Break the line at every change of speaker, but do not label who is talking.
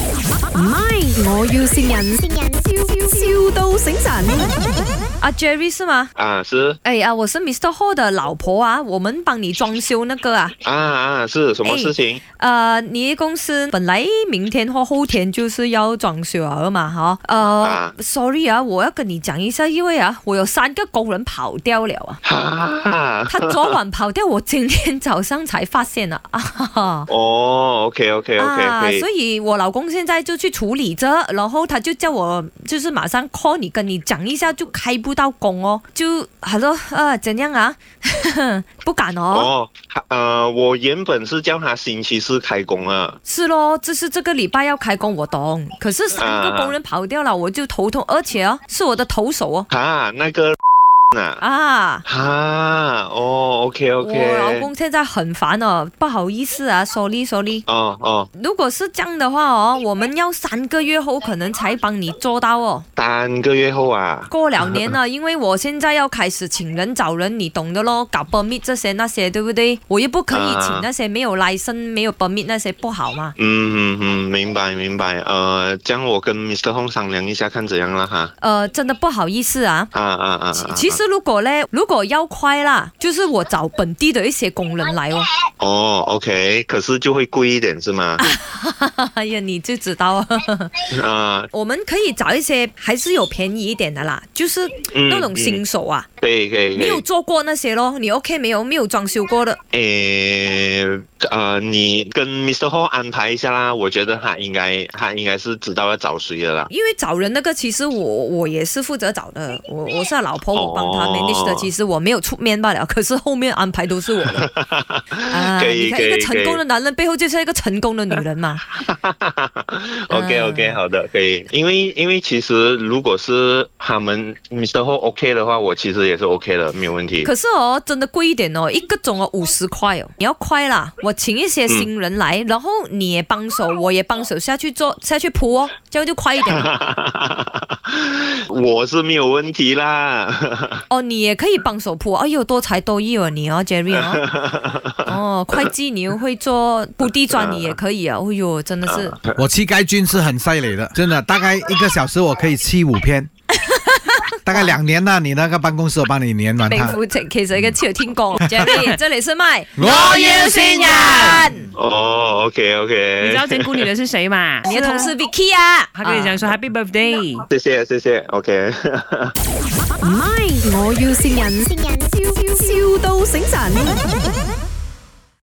唔係，我要善人，笑笑到醒 神。
啊 Jerry 是吗？
啊，是
哎呀，我是 Mr. Ho 的老婆啊，我们帮你装修那个啊。
啊啊，是什么事情？
呃，你公司本来明天或后天就是要装修了嘛，哈。呃、
啊
s o r r y 啊，我要跟你讲一下，因为啊，我有三个工人跑掉了啊。
哈、
他昨晚跑掉，我今天早上才发现啊。啊哈哈
哦，OK OK OK，
啊
可以，
所以我老公现在就去处理着，然后他就叫我就是马上 call 你，跟你讲一下，就开不到工哦，就 hello 啊，怎样啊？ 不敢哦。
哦，哈呃，我原本是叫他星期四开工啊，
是咯，就是这个礼拜要开工，我懂。可是三个
啊
工人跑掉了，我就头痛，而且哦，是我的投手哦。
哈、那个 啊，
啊，
哈、哦，OK
我老
OK，
公现在很烦哦，不好意思啊，sorry sorry。
哦哦，
如果是这样的话哦，我们要三个月后可能才帮你做到哦。
三个月后啊，
过两年了，因为我现在要开始请人找人，你懂的咯，搞 permit 这些那些，对不对？我又不可以请
啊
那些没有 license、没有 permit 那些，不好嘛。
嗯嗯嗯，明白明白，呃，这样我跟 Mr. Hong 商量一下看怎样了哈，
呃，真的不好意思啊。
啊啊啊啊，
其
啊
其实如果呢，如果要快啦，就是我找本地的一些工人来哦。
哦，OK，可是就会贵一点是
啊
吗？
哎呀，你就知道啊，
啊，
我们可以找一些还是有便宜一点的啦，就是
嗯
那种
嗯
新手啊，
可以可以可
没有
以。
做过那些咯。你 OK 没有？没有装修过的。
诶，呃，你跟 Mr. Ho 安排一下啦，我觉得他应该他应该是知道要找谁的啦。
因为找人那个，其实我我也是负责找的，我我是他老婆，我帮他
哦
manage 的。其实我没有出面罢了，可是后面安排都是我 的。啊，
可
你
以
看
可
一个
以可
成
以
功的男人背后就是一个成功的女人 嘛。
嗯
OK OK，好的，可以。因为因为其实如果是他们 Mr. Ho OK 的话，我其实也是 OK 的，没有问题。
可是哦，真的贵一点哦，一个钟哦五十块哦，你要快啦。我请一些新人来，然后你也帮手，我也帮手下去做下去铺哦，这样就快一点了。
我是没有问题啦。
哦，你也可以帮手铺，哎呦，多才多艺哦，你哦，Jerry 哦，哦，会计你又会做铺地砖，你也可以啊，哎呦，真的是。
我砌盖菌是很犀利的，真的，大概一个小时我可以砌五 篇，大概两年呢，你那个办公室我帮你粘完
名
它。
副其實嘅超天降，Jerry，这里是麦，
我要
新
先
人，
哦，OK
你知
OK，
道整蛊你的是谁吗？
你的同事 Vicky 啊，
他跟你讲说 Happy Birthday。
谢谢谢谢，OK。
唔係，我要善人，笑笑到醒神。